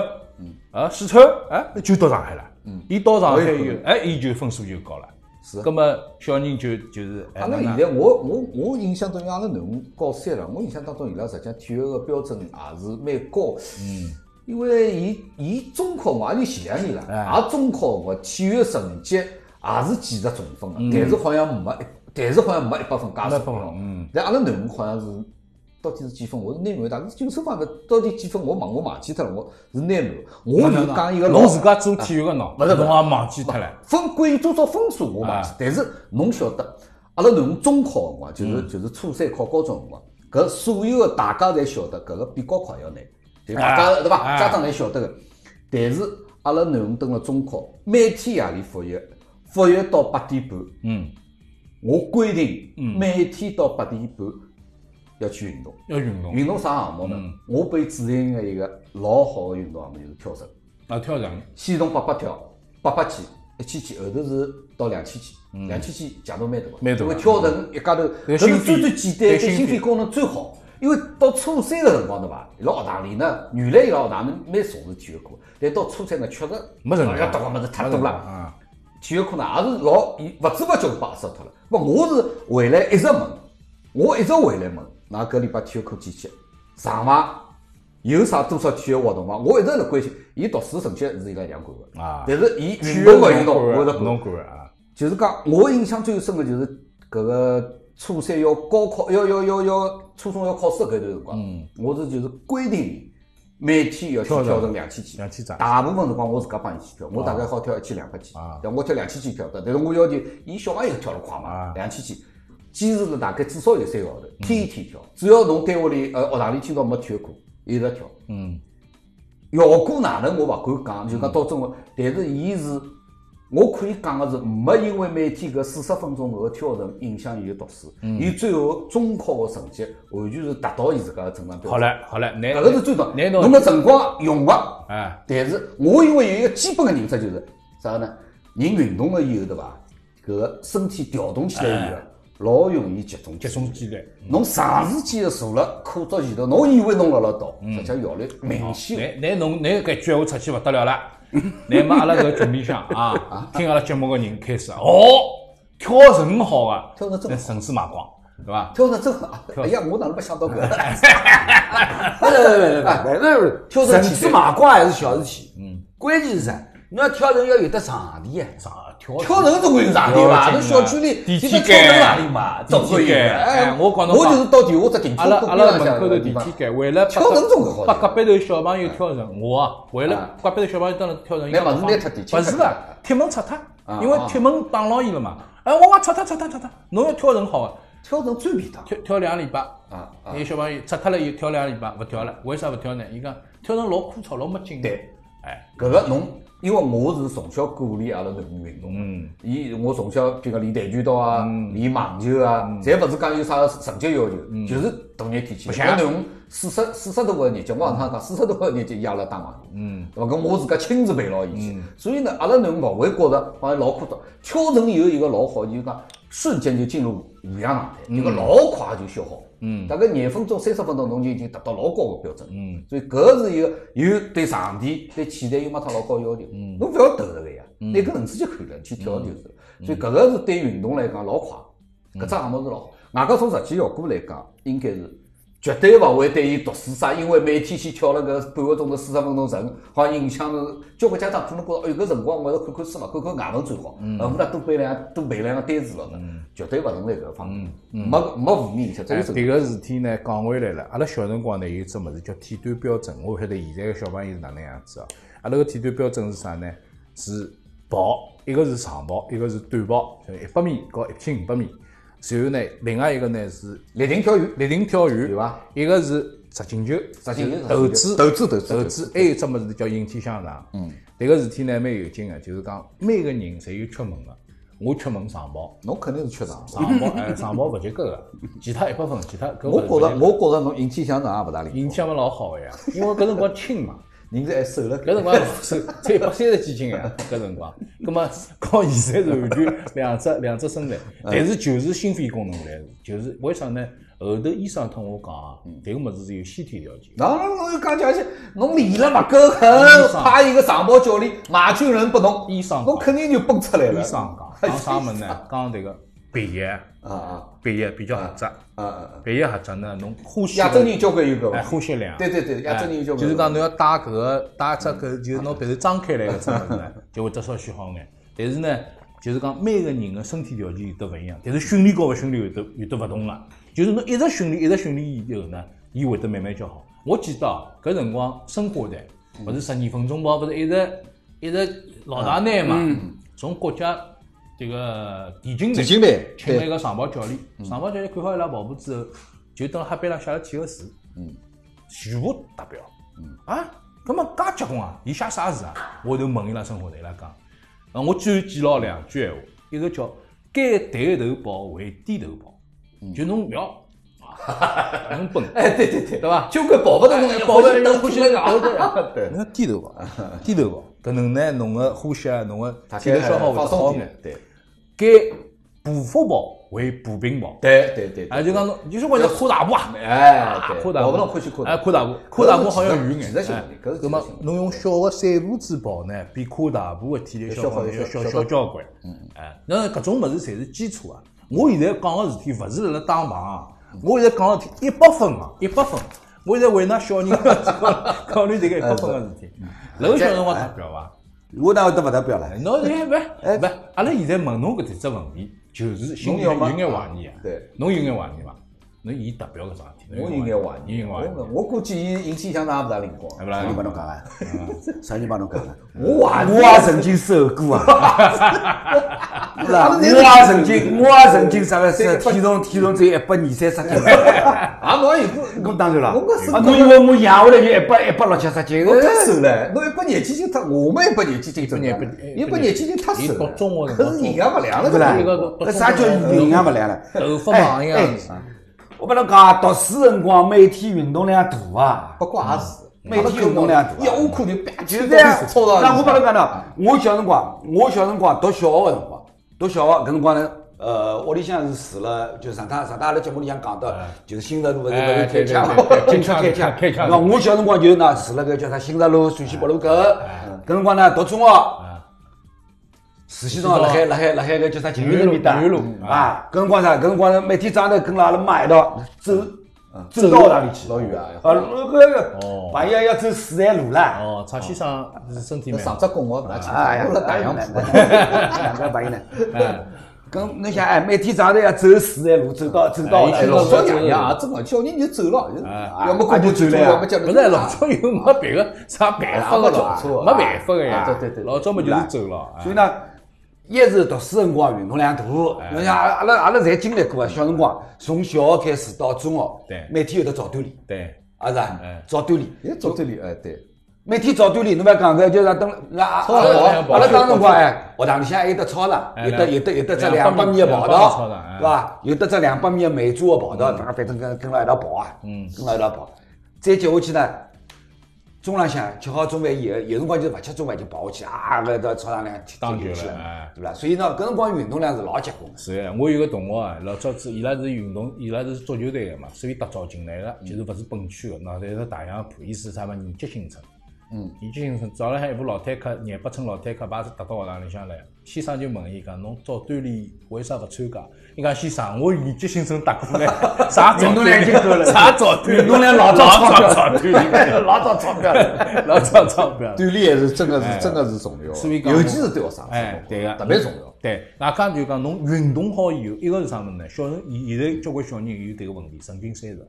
[SPEAKER 1] 啊四川，哎就到上海了。伊到上海
[SPEAKER 2] 嗯我也
[SPEAKER 1] 以
[SPEAKER 2] 觉
[SPEAKER 1] 后
[SPEAKER 2] 得，
[SPEAKER 1] 哎伊就分数就高了。
[SPEAKER 2] 是
[SPEAKER 1] 咁么小人就就是哎
[SPEAKER 2] 阿拉
[SPEAKER 1] 哪能
[SPEAKER 2] 现在，我我我印象中，因为阿拉囡恩高三了，我印象当中伊拉实际上体育个标准也是蛮高。嗯，因为伊伊中考嘛，也就前两年
[SPEAKER 1] 哎
[SPEAKER 2] 了，也中考个体育成绩也是几十总分个，但是好像没一，但是好像没一百分加
[SPEAKER 1] 嗯没
[SPEAKER 2] 上
[SPEAKER 1] 一百分
[SPEAKER 2] 了
[SPEAKER 1] 嗯，
[SPEAKER 2] 但阿拉囡恩好像是。到底是几分？我是拿满，但是九十分到底几分？我忘我忘记脱了。我是拿满，我就讲一个老
[SPEAKER 1] 侬自家做体育个喏，
[SPEAKER 2] 勿是
[SPEAKER 1] 侬
[SPEAKER 2] 勿是
[SPEAKER 1] 也忘记脱了。
[SPEAKER 2] 分关于多少分数我忘记
[SPEAKER 1] 啊，
[SPEAKER 2] 但是侬晓得，阿拉囡恩中考辰光，
[SPEAKER 1] 嗯
[SPEAKER 2] 就是就是初三考高中辰光，搿所有的大家侪晓得，搿个比高考要难，就大
[SPEAKER 1] 啊
[SPEAKER 2] 家对
[SPEAKER 1] 啊
[SPEAKER 2] 伐？家长侪晓得个。但是阿拉囡恩蹲辣中考，每天夜里复习，复习到八点半，
[SPEAKER 1] 嗯，
[SPEAKER 2] 我规定每天到八点半要去运动。
[SPEAKER 1] 要运动，
[SPEAKER 2] 运动啥项目呢？
[SPEAKER 1] 嗯
[SPEAKER 2] 我被指定的一个老好的运动项目就是跳绳。
[SPEAKER 1] 啊跳绳，
[SPEAKER 2] 先从八百跳，八百起，一千起，后头是到两千起，两千起强度蛮大个，
[SPEAKER 1] 嗯蛮大个
[SPEAKER 2] 因为跳绳一家头，
[SPEAKER 1] 对
[SPEAKER 2] 搿是
[SPEAKER 1] 心肺
[SPEAKER 2] 最最简单，
[SPEAKER 1] 对
[SPEAKER 2] 对
[SPEAKER 1] 心
[SPEAKER 2] 心
[SPEAKER 1] 肺
[SPEAKER 2] 肺功能最好。因为到初三个辰光对伐，伊拉学堂里呢，原来伊拉学堂呢蛮重视体育课，但到初三呢确实
[SPEAKER 1] 没辰光
[SPEAKER 2] 要读个物事太多了，
[SPEAKER 1] 啊，
[SPEAKER 2] 体育课呢也是老伊勿知勿觉把塞脱了。勿，我是回来一直问，我一直回来问，㑚搿礼拜体育课几节？上伐？有啥多少体育活动伐？我一直辣关心。伊读书成绩是伊拉两管个，
[SPEAKER 1] 啊
[SPEAKER 2] 但是伊
[SPEAKER 1] 体
[SPEAKER 2] 运
[SPEAKER 1] 育
[SPEAKER 2] 动勿
[SPEAKER 1] 侬
[SPEAKER 2] 运动，我
[SPEAKER 1] 管
[SPEAKER 2] 是
[SPEAKER 1] 的
[SPEAKER 2] 管
[SPEAKER 1] 侬管的啊，
[SPEAKER 2] 就是讲，我印象最深的就是搿个初三要高考，要要要要初中要考试搿段辰光，我是就是规定每天要去
[SPEAKER 1] 嗯跳
[SPEAKER 2] 跳
[SPEAKER 1] 绳
[SPEAKER 2] 绳两千几，
[SPEAKER 1] 两千张
[SPEAKER 2] 大部分辰光我自家帮伊去跳，我大概好跳一千两百几
[SPEAKER 1] 啊，
[SPEAKER 2] 但我跳两千几跳得，但是我要求伊小朋友跳得快
[SPEAKER 1] 啊嗯
[SPEAKER 2] 嘛，两千几。坚持了大概至少有三个号头，天天跳。只要侬单位里呃学堂里今朝没体育课，伊直跳。
[SPEAKER 1] 嗯，
[SPEAKER 2] 效果哪能我勿敢讲，就讲到中午，但是伊是，我可以讲个是，没因为每天搿四十分钟搿个跳绳影响伊个读书，
[SPEAKER 1] 嗯
[SPEAKER 2] 伊最后中考个成绩完全是达到伊自家个正常标准。
[SPEAKER 1] 好，了好了，那
[SPEAKER 2] 搿个是最重
[SPEAKER 1] 拿
[SPEAKER 2] 要。
[SPEAKER 1] 侬
[SPEAKER 2] 侬个辰光用伐？
[SPEAKER 1] 哎，
[SPEAKER 2] 但是我因为有一个基本的认识，就是啥呢？人运动了以后，对伐？搿个身体调动起来以后，老容易集中
[SPEAKER 1] 哎集中精力，
[SPEAKER 2] 侬长时间的坐了课桌前头，侬以为侬辣辣读，
[SPEAKER 1] 嗯
[SPEAKER 2] 实际上效率明显
[SPEAKER 1] 那那侬那搿句闲话出去勿得了
[SPEAKER 2] *laughs*
[SPEAKER 1] 了，那么阿拉搿群里向啊，听阿拉节目个人开始哦，跳绳好啊，
[SPEAKER 2] 跳绳真
[SPEAKER 1] 那
[SPEAKER 2] 好
[SPEAKER 1] 绳子买光，对伐？
[SPEAKER 2] 跳绳真好，哎呀，我哪能没想到
[SPEAKER 1] *laughs*
[SPEAKER 2] 搿？
[SPEAKER 3] 不是不是不是不是不是，
[SPEAKER 2] 跳
[SPEAKER 3] 绳
[SPEAKER 2] 绳
[SPEAKER 3] 子
[SPEAKER 2] 起
[SPEAKER 3] 马挂还是小事体。嗯，关键是啥？你要跳绳要有得场地啊。
[SPEAKER 1] 上跳
[SPEAKER 2] 跳绳总归有场地伐？
[SPEAKER 1] 啊
[SPEAKER 2] 侬小区里
[SPEAKER 1] 地
[SPEAKER 2] 天
[SPEAKER 1] 铁
[SPEAKER 2] 天跳绳哪里嘛？
[SPEAKER 1] 地铁
[SPEAKER 2] 总归有
[SPEAKER 1] 间
[SPEAKER 2] 的。哎，
[SPEAKER 1] 哎我讲侬
[SPEAKER 2] 我
[SPEAKER 1] 讲
[SPEAKER 2] 就是到地下只停车
[SPEAKER 1] 啊阿拉
[SPEAKER 2] 库
[SPEAKER 1] 阿拉
[SPEAKER 2] 边
[SPEAKER 1] 门
[SPEAKER 2] 浪
[SPEAKER 1] 口
[SPEAKER 2] 向
[SPEAKER 1] 头
[SPEAKER 2] 个
[SPEAKER 1] 地
[SPEAKER 2] 地
[SPEAKER 1] 铁
[SPEAKER 2] 方。
[SPEAKER 1] 间，为了
[SPEAKER 2] 跳绳总归好
[SPEAKER 1] 把
[SPEAKER 2] 跳
[SPEAKER 1] 隔壁头小朋友跳绳，我啊，为了隔壁头小朋友当然跳绳，
[SPEAKER 2] 那么
[SPEAKER 1] 勿
[SPEAKER 2] 是拿脱地铁
[SPEAKER 1] 勿是
[SPEAKER 2] 踢
[SPEAKER 1] 的
[SPEAKER 2] 脱，
[SPEAKER 1] 铁门拆脱，
[SPEAKER 2] 啊
[SPEAKER 1] 因为铁门打牢伊了嘛。哎，我讲拆脱拆脱拆脱，侬要跳绳好啊，
[SPEAKER 2] 跳绳最便当
[SPEAKER 1] 跳跳两个礼拜。
[SPEAKER 2] 啊啊！
[SPEAKER 1] 有小朋友拆脱了以后跳两个礼拜，勿跳了，为啥勿跳呢？伊讲跳绳老枯燥，老没劲。
[SPEAKER 2] 对，
[SPEAKER 1] 哎，
[SPEAKER 2] 搿个侬，因为我是从小鼓励阿拉囡恩运动的，伊我从小比如讲练跆拳道啊，练网球啊，侪勿是讲有啥成绩要求，就是大热天气，
[SPEAKER 1] 想
[SPEAKER 2] 像囡四十四十多个日节，我항상讲四十多个日节伊阿拉打网球，对伐？搿我自家亲自陪牢伊去，所以呢，阿拉囡恩勿会觉着好像老枯燥。敲成有一个老好，就是讲瞬间就进入无氧状态，一个老快就消耗。嗯，大概廿分钟、三十分钟，侬就已经达到老高个标准。嗯，所以搿是一个又对场地、对器材又没他老高要求。嗯，侬勿要投入个呀，拿搿层次就看了，去跳就是了。所以搿个是对运动来讲老快，搿只项目是老好。外加从实际效果来讲，应该是绝对勿会对伊读书啥，因为每天去翘了搿半个钟头、四十分钟绳，好像影响了交关家长可能觉着，哎哟，搿辰光我要看看书伐，看看外文最好，恨不得多背两多背两个单词了呢，绝对勿存在搿个方面，没没负面影响，只有正面。
[SPEAKER 1] 哎迭个事体呢，讲回来了，阿拉小辰光呢有只物事叫体锻标准，我勿晓得现在个小朋友是哪能样子哦。阿拉个体锻标准是啥呢？是跑，一个是长跑，一个是短跑，就一百米和一千五百米。随后呢，另外一个呢是
[SPEAKER 2] 立定跳远，
[SPEAKER 1] 立定跳远，
[SPEAKER 2] 对伐？
[SPEAKER 1] 一个是直径球，
[SPEAKER 2] 直径球
[SPEAKER 1] 投掷，
[SPEAKER 2] 投掷投掷
[SPEAKER 1] 投掷，还有一只物事叫引体向上。嗯，迭个事体呢蛮有劲个，就是讲每个人侪有缺门个。我缺门长跑，
[SPEAKER 2] 侬肯定是缺长跑。
[SPEAKER 1] 长跑哎，长跑勿及格个，其他一百分，其他搿勿
[SPEAKER 2] 我
[SPEAKER 1] 及
[SPEAKER 2] 觉
[SPEAKER 1] 格
[SPEAKER 2] 着，我觉着侬引体向上也勿大灵
[SPEAKER 1] 影
[SPEAKER 2] 光，
[SPEAKER 1] 响嘛老好个呀，因为搿辰光轻嘛，
[SPEAKER 2] 人家还瘦了。
[SPEAKER 1] 搿辰光是才一百三十几斤呀，啊搿辰光，葛末和现在是完全两只两只身材，但是就是心肺功能来，就是为啥呢？后头医生跟我讲啊，迭个物事是有先天条件。
[SPEAKER 2] 哪能侬又讲讲些？侬练了勿够
[SPEAKER 1] 啊
[SPEAKER 2] 狠，派一个长跑教练马俊仁拨侬，
[SPEAKER 1] 医生
[SPEAKER 2] 侬肯定就蹦出来了。
[SPEAKER 1] 医生讲讲啥物事呢？讲迭个鼻液，
[SPEAKER 2] 啊啊
[SPEAKER 1] 鼻液比较狭窄，
[SPEAKER 2] 啊啊！
[SPEAKER 1] 鼻液狭窄呢，侬呼吸
[SPEAKER 2] 亚洲人交关有搿
[SPEAKER 1] 哎
[SPEAKER 2] 个，
[SPEAKER 1] 呼吸量。
[SPEAKER 2] 对对对，亚洲人有交关。
[SPEAKER 1] 哎就是讲侬要戴搿个戴只搿个，就是侬鼻头张开来搿只物事呢， *laughs* 就会得稍许好眼。但是呢，就是讲每个人的身体条件有得勿一样，但是训练高勿训练有得有得勿同了。就是侬一直训练一直训练以后呢，伊会得慢慢叫好。我记得哦搿辰光申花队勿是十二分钟跑，勿是一直一直老大难嘛，从国家这个田径队
[SPEAKER 2] 田径队
[SPEAKER 1] 请了
[SPEAKER 2] 对嗯
[SPEAKER 1] 一个长跑教练，长跑教练看好伊拉跑步之后，就蹲辣黑板上写了几个字，
[SPEAKER 2] 嗯
[SPEAKER 1] 全部达标。啊，葛么介结棍啊？伊写啥字啊？我就问伊拉生活队，伊拉讲，呃，我最后记牢两句闲话，一个叫该抬头跑为低头跑，就侬勿要，
[SPEAKER 2] *laughs*
[SPEAKER 1] 啊侬蹦，
[SPEAKER 2] 嗯哎，对对对，
[SPEAKER 1] 对哎伐？
[SPEAKER 2] 交关跑不动侬
[SPEAKER 1] 保护侬呼吸
[SPEAKER 2] 了
[SPEAKER 1] 啊，
[SPEAKER 2] *laughs* 对
[SPEAKER 1] 侬要低头跑，低头跑，搿能呢，侬个呼吸啊，侬个体力消耗会
[SPEAKER 2] 放
[SPEAKER 1] 得好
[SPEAKER 2] 松
[SPEAKER 1] 眼
[SPEAKER 2] 点。。对
[SPEAKER 1] 该步幅跑为步兵跑，
[SPEAKER 2] 对哎对对，
[SPEAKER 1] 啊，就讲侬，就是为了跨大步啊，
[SPEAKER 2] 哎，对，
[SPEAKER 1] 扩大
[SPEAKER 2] 跑
[SPEAKER 1] 步，
[SPEAKER 2] 不动可以去扩大
[SPEAKER 1] 哎，。扩大步，扩大步好像远
[SPEAKER 2] 技
[SPEAKER 1] 眼，
[SPEAKER 2] 术性
[SPEAKER 1] 哎
[SPEAKER 2] 问题搿是技术性
[SPEAKER 1] 么
[SPEAKER 2] 问题
[SPEAKER 1] 侬用小个散步子跑呢，比扩大步的体力消耗
[SPEAKER 2] 消耗
[SPEAKER 1] 要
[SPEAKER 2] 要
[SPEAKER 1] 小
[SPEAKER 2] 小
[SPEAKER 1] 小交关。哎，那搿种物事侪是基础啊。我现在讲个事体勿是辣辣打榜啊，我现在讲个事体一百分啊，一百分。我现在为㑚小人考虑迭个一
[SPEAKER 2] 哎
[SPEAKER 1] 百分个事体。楼小辰光达标伐？
[SPEAKER 3] 我哪会得勿达标了？
[SPEAKER 1] 侬现在勿勿，阿拉现在问侬搿迭只问题，就是心里
[SPEAKER 2] 哎侬
[SPEAKER 1] 有
[SPEAKER 2] 要吗
[SPEAKER 1] 眼怀疑啊。
[SPEAKER 2] 对，
[SPEAKER 1] 侬有眼怀疑伐？侬伊达标搿桩事体，
[SPEAKER 2] 我
[SPEAKER 1] 侬
[SPEAKER 2] 应该怀
[SPEAKER 1] 疑，
[SPEAKER 2] 疑，
[SPEAKER 1] 你有眼怀疑伐
[SPEAKER 2] 我。我估计伊引起像哪勿大灵光。
[SPEAKER 1] 对不啦
[SPEAKER 3] 啥？人帮侬讲啊？啥人帮侬讲啊？
[SPEAKER 2] 我怀疑
[SPEAKER 3] 我也曾经受过 *laughs* 啊！是
[SPEAKER 2] 阿拉
[SPEAKER 3] 吧我
[SPEAKER 2] 侪
[SPEAKER 3] 也曾经，我也曾经哎啥个是体重，体重只有一百二三十 *laughs* 斤。
[SPEAKER 2] 啊，侬也有过，
[SPEAKER 3] 我当然啦，
[SPEAKER 2] 我搿是
[SPEAKER 3] 啊我哎以为我养下来就一百一百六七十斤，我
[SPEAKER 2] 我
[SPEAKER 3] 太
[SPEAKER 2] 太
[SPEAKER 3] 瘦
[SPEAKER 2] 瘦
[SPEAKER 3] 了。
[SPEAKER 2] 了，侬一百廿几斤太，我们一百廿几斤正常
[SPEAKER 1] 一百廿，
[SPEAKER 2] 一百廿几斤太瘦
[SPEAKER 1] 伊到
[SPEAKER 2] 了，
[SPEAKER 1] 中学辰
[SPEAKER 2] 可
[SPEAKER 1] 光
[SPEAKER 2] 是营养勿良了，
[SPEAKER 3] 对啦
[SPEAKER 1] 这个不，
[SPEAKER 3] 那啥叫营养不良了？
[SPEAKER 1] 头发嘛
[SPEAKER 3] 哎
[SPEAKER 1] 应该是
[SPEAKER 3] 哎我跟侬讲啊，读书辰光每天运动量大啊，
[SPEAKER 2] 不怪也是，
[SPEAKER 3] 每天运动量大啊
[SPEAKER 2] 一下课就啪，
[SPEAKER 3] 就是这样。
[SPEAKER 2] 操场。
[SPEAKER 3] 那我帮侬讲呢，我小辰光，我小辰光读小学的辰光，读小学搿辰光呢，呃，屋里向是住了，就是上趟上趟阿拉节目里向讲到，就是新石路勿是勿
[SPEAKER 1] 哎
[SPEAKER 3] 是开
[SPEAKER 1] 对
[SPEAKER 3] 枪嘛
[SPEAKER 1] 对对，对
[SPEAKER 3] 进去开枪
[SPEAKER 1] 开枪
[SPEAKER 3] 那我小辰光就是呢，住了搿叫啥新石路陕西北路搿，搿辰光呢读中学。慈溪中学辣海辣海辣海搿叫啥秦园路面搭
[SPEAKER 1] 秦淮路
[SPEAKER 3] 啊，搿辰光啥？搿辰光呢，每天早浪头跟了阿拉妈一道走走到哪里去？
[SPEAKER 2] 老远啊
[SPEAKER 3] 啊，那个
[SPEAKER 1] 哦
[SPEAKER 3] 朋友要走四站路啦。
[SPEAKER 1] 哦，蔡先生是身体蛮
[SPEAKER 2] 上
[SPEAKER 1] 好，啊
[SPEAKER 2] 只公学勿大清楚，
[SPEAKER 3] 哎呀，
[SPEAKER 2] 我辣大洋浦。
[SPEAKER 3] 两个朋友呢？跟侬想哎，每天早上要走四站路，走到走到
[SPEAKER 1] 哎
[SPEAKER 2] 哎，老早爷爷
[SPEAKER 1] 啊
[SPEAKER 2] 也真个，叫人就走了，就是
[SPEAKER 1] 哎
[SPEAKER 2] 要么
[SPEAKER 3] 啊
[SPEAKER 2] 跟
[SPEAKER 3] 就
[SPEAKER 2] 我
[SPEAKER 3] 走
[SPEAKER 2] 走
[SPEAKER 3] 了
[SPEAKER 2] 了，
[SPEAKER 3] 呀
[SPEAKER 2] 要么叫
[SPEAKER 1] 不是老早又没别个啥办法个
[SPEAKER 2] 啊
[SPEAKER 1] 咯，没办法个呀
[SPEAKER 2] 啊，对对对
[SPEAKER 1] 老早么就是走了，哎
[SPEAKER 3] 所以呢，一是读书辰光运动量大，侬想阿拉阿拉侪经历过啊，小辰光从小学开始到中学，
[SPEAKER 1] 对
[SPEAKER 3] 每天有得早锻炼，
[SPEAKER 1] 对，
[SPEAKER 3] 啊是吧
[SPEAKER 1] 哎？
[SPEAKER 3] 早锻炼，
[SPEAKER 2] 也早锻炼，哎对，
[SPEAKER 3] 每天早锻炼，侬勿要讲搿就是等拉阿
[SPEAKER 1] 操场
[SPEAKER 3] 拉
[SPEAKER 1] 还有
[SPEAKER 3] 阿
[SPEAKER 1] 跑
[SPEAKER 3] 拉
[SPEAKER 1] 圈
[SPEAKER 3] 当辰光哎，学堂里向还有得操场，
[SPEAKER 1] 哎
[SPEAKER 3] 有得有得有得只
[SPEAKER 1] 两
[SPEAKER 3] 两
[SPEAKER 1] 百
[SPEAKER 3] 百
[SPEAKER 1] 米
[SPEAKER 3] 米的
[SPEAKER 1] 两
[SPEAKER 3] 跑
[SPEAKER 1] 百米操
[SPEAKER 3] 道
[SPEAKER 1] 场哎，
[SPEAKER 3] 对伐？有得只两百米的每周的跑道，大家反正跟跟牢一道跑啊，嗯，跟牢一道跑。再接下去呢，中浪向吃好中饭以后，有辰光就是勿吃中饭就跑下去啊，搿到操场里向
[SPEAKER 1] 当
[SPEAKER 3] 踢踢
[SPEAKER 1] 球
[SPEAKER 3] 游去
[SPEAKER 1] 了哎
[SPEAKER 3] 了，对伐？所以呢，搿辰光运动量是老结棍的。
[SPEAKER 1] 是的，我有个同学啊，老早子伊拉是运动，伊拉是足球队的嘛，所以搭早进来了，就是勿是本区的，那侪是大洋浦，伊是啥么年级新村。嗯，年级新村早浪向一部老坦克，廿八寸老坦克，把是搭到学堂里向来。先生就问伊讲：“侬早锻炼为啥勿参加？”伊讲：“先生，我年级新村打过来，啥早
[SPEAKER 3] 运动
[SPEAKER 1] 锻
[SPEAKER 3] 量
[SPEAKER 1] 炼
[SPEAKER 3] 已经够了
[SPEAKER 1] 啥早 *laughs* 锻炼，
[SPEAKER 3] 运动量老早超标
[SPEAKER 1] 早锻炼，老早超标了， *laughs* 老早超标了。
[SPEAKER 2] 锻炼还是真个是真个是重要
[SPEAKER 1] 所
[SPEAKER 2] 的，
[SPEAKER 1] 以讲
[SPEAKER 2] 尤其是对学生，
[SPEAKER 1] 哎，对个，
[SPEAKER 2] 特别重要。
[SPEAKER 1] 对，外加就讲侬运动好以后，一个是啥物事呢？小人现现在交关小人有迭个问题，神经衰弱。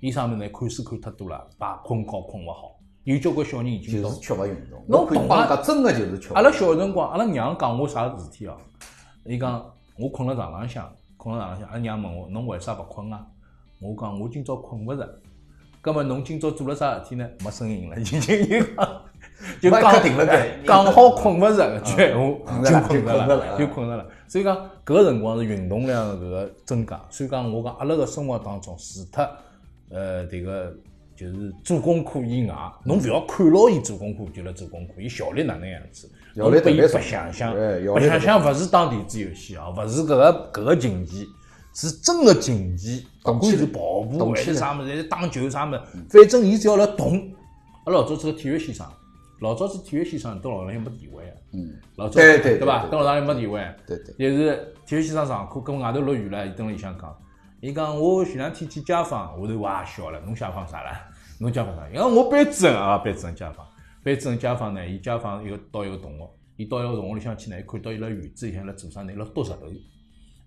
[SPEAKER 1] 伊啥物事呢？看书看太多了，把困觉困勿好。有交关小人已经
[SPEAKER 2] 就
[SPEAKER 1] 到
[SPEAKER 2] 是缺乏运动。
[SPEAKER 1] 侬
[SPEAKER 2] 侬可以
[SPEAKER 1] 懂
[SPEAKER 2] 帮
[SPEAKER 1] 哎啊哎
[SPEAKER 2] 讲，真个就是缺乏。
[SPEAKER 1] 阿拉小辰光，阿拉娘讲我啥事体哦？伊讲我困辣床浪向，困辣床浪向，阿拉娘问我侬为啥勿困啊？我讲我今朝困勿着。葛末侬今朝做了啥事体呢？没声音了，已经伊讲就
[SPEAKER 2] 麦克
[SPEAKER 1] 讲
[SPEAKER 2] 停了该
[SPEAKER 1] *laughs* 讲好困勿着搿句闲话，
[SPEAKER 2] 着
[SPEAKER 1] 就
[SPEAKER 2] 了
[SPEAKER 1] 困着
[SPEAKER 2] 嗯就困着了嗯
[SPEAKER 1] 了，就困着了。所以讲搿个辰光是运动量的搿个增加，所以讲我讲阿拉个生活当中，除脱呃迭个就是做功课以外，
[SPEAKER 2] 嗯
[SPEAKER 1] 侬勿要看牢伊做功课就辣做功课，伊效率哪能样子？
[SPEAKER 2] 效
[SPEAKER 1] 侬
[SPEAKER 2] 率
[SPEAKER 1] 拨伊
[SPEAKER 2] 特别重
[SPEAKER 1] 白相相，
[SPEAKER 2] 哎
[SPEAKER 1] 白
[SPEAKER 2] 效率特别
[SPEAKER 1] 相相勿是打电子游戏啊，勿是搿个搿个竞技，是真个竞技，勿
[SPEAKER 2] 动
[SPEAKER 1] 管
[SPEAKER 2] 起
[SPEAKER 1] 是
[SPEAKER 2] 来
[SPEAKER 1] 跑步
[SPEAKER 2] 动
[SPEAKER 1] 还
[SPEAKER 2] 起
[SPEAKER 1] 是
[SPEAKER 2] 来
[SPEAKER 1] 啥物事，还是打球啥物事，
[SPEAKER 2] 嗯
[SPEAKER 1] 反正伊只要辣动。阿拉老早子个体育先生，老早子体育先生到学堂里没地位啊。嗯，老早
[SPEAKER 2] 对对对
[SPEAKER 1] 对吧？
[SPEAKER 2] 对
[SPEAKER 1] 到学堂里没地位。
[SPEAKER 2] 对对
[SPEAKER 1] 就是体育先生上课，跟外头落雨了，伊蹲辣里向讲，伊讲我前两天去家访，下头我也笑了，侬家访啥了？侬家访啥？伊讲我班主任啊，班主任家访，班主任家访呢，伊家访一个到一个同学，伊到一个同学里向去呢，伊看到伊辣院子里向辣做啥呢？伊辣剁石头。